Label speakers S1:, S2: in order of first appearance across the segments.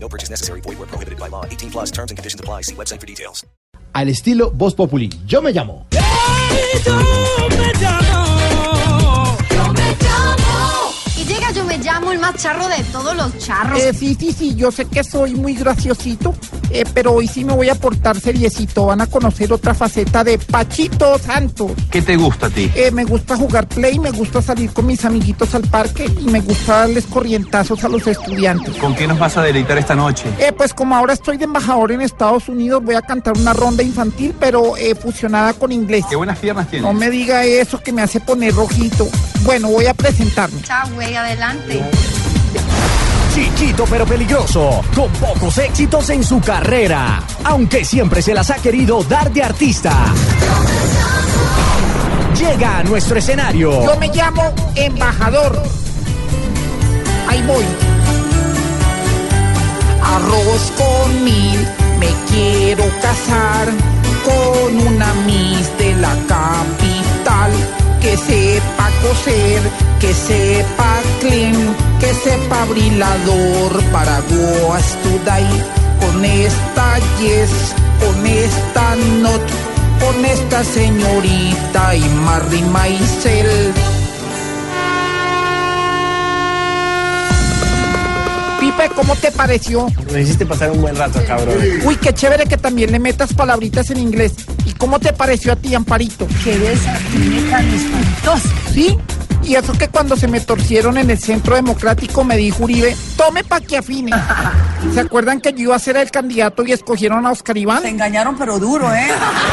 S1: No purchase necessary. Void where prohibited by law. 18 plus terms and conditions apply. See website for details.
S2: Al estilo Voz Populi. Yo me llamo.
S3: Y llega Yo Me Llamo, el más charro de todos los charros.
S4: Eh, sí, sí, sí, yo sé que soy muy graciosito, eh, pero hoy sí me voy a portar seriecito. Van a conocer otra faceta de Pachito Santos.
S5: ¿Qué te gusta a ti?
S4: Eh, me gusta jugar play, me gusta salir con mis amiguitos al parque y me gusta darles corrientazos a los estudiantes.
S5: ¿Con qué nos vas a deleitar esta noche?
S4: Eh, pues como ahora estoy de embajador en Estados Unidos, voy a cantar una ronda infantil, pero eh, fusionada con inglés.
S5: ¿Qué buenas piernas tienes?
S4: No me diga eso que me hace poner rojito. Bueno, voy a presentarme.
S3: Chao, güey, adelante.
S6: Chiquito pero peligroso, con pocos éxitos en su carrera, aunque siempre se las ha querido dar de artista. Llega a nuestro escenario
S4: Yo me llamo embajador. Ahí voy. Arroz con mil, me quiero casar con una mis de la capital que sepa coser, que sepa clean, que sepa brilador para goas today. Con esta yes, con esta not, con esta señorita y Marry Maisel. Pipe, ¿cómo te pareció?
S7: Me hiciste pasar un buen rato, cabrón.
S4: Uy, qué chévere que también le metas palabritas en inglés. ¿Y cómo te pareció a ti, Amparito?
S3: Qué desafío tan espantoso.
S4: ¿Sí? Y eso que cuando se me torcieron en el Centro Democrático me dijo Uribe, tome pa' que afine. ¿Se acuerdan que yo iba a ser el candidato y escogieron a Oscar Iván?
S3: Te engañaron, pero duro, ¿eh?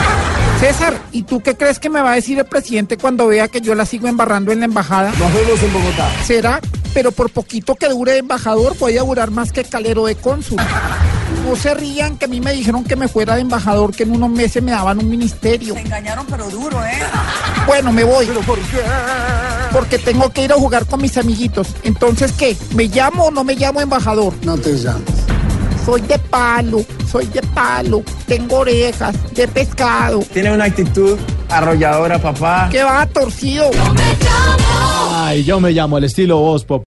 S4: César, ¿y tú qué crees que me va a decir el presidente cuando vea que yo la sigo embarrando en la embajada?
S7: Nos vemos en Bogotá.
S4: ¿Será? Pero por poquito que dure de embajador voy a durar más que calero de cónsul. No se rían que a mí me dijeron que me fuera de embajador, que en unos meses me daban un ministerio.
S3: Te engañaron, pero duro, ¿eh?
S4: Bueno, me voy. Porque tengo que ir a jugar con mis amiguitos. Entonces, ¿qué? ¿Me llamo o no me llamo embajador?
S7: No te llamas.
S4: Soy de palo, soy de palo, tengo orejas, de pescado.
S7: Tiene una actitud arrolladora, papá.
S4: Que va torcido.
S2: Ay, yo me llamo al estilo Voz Populi.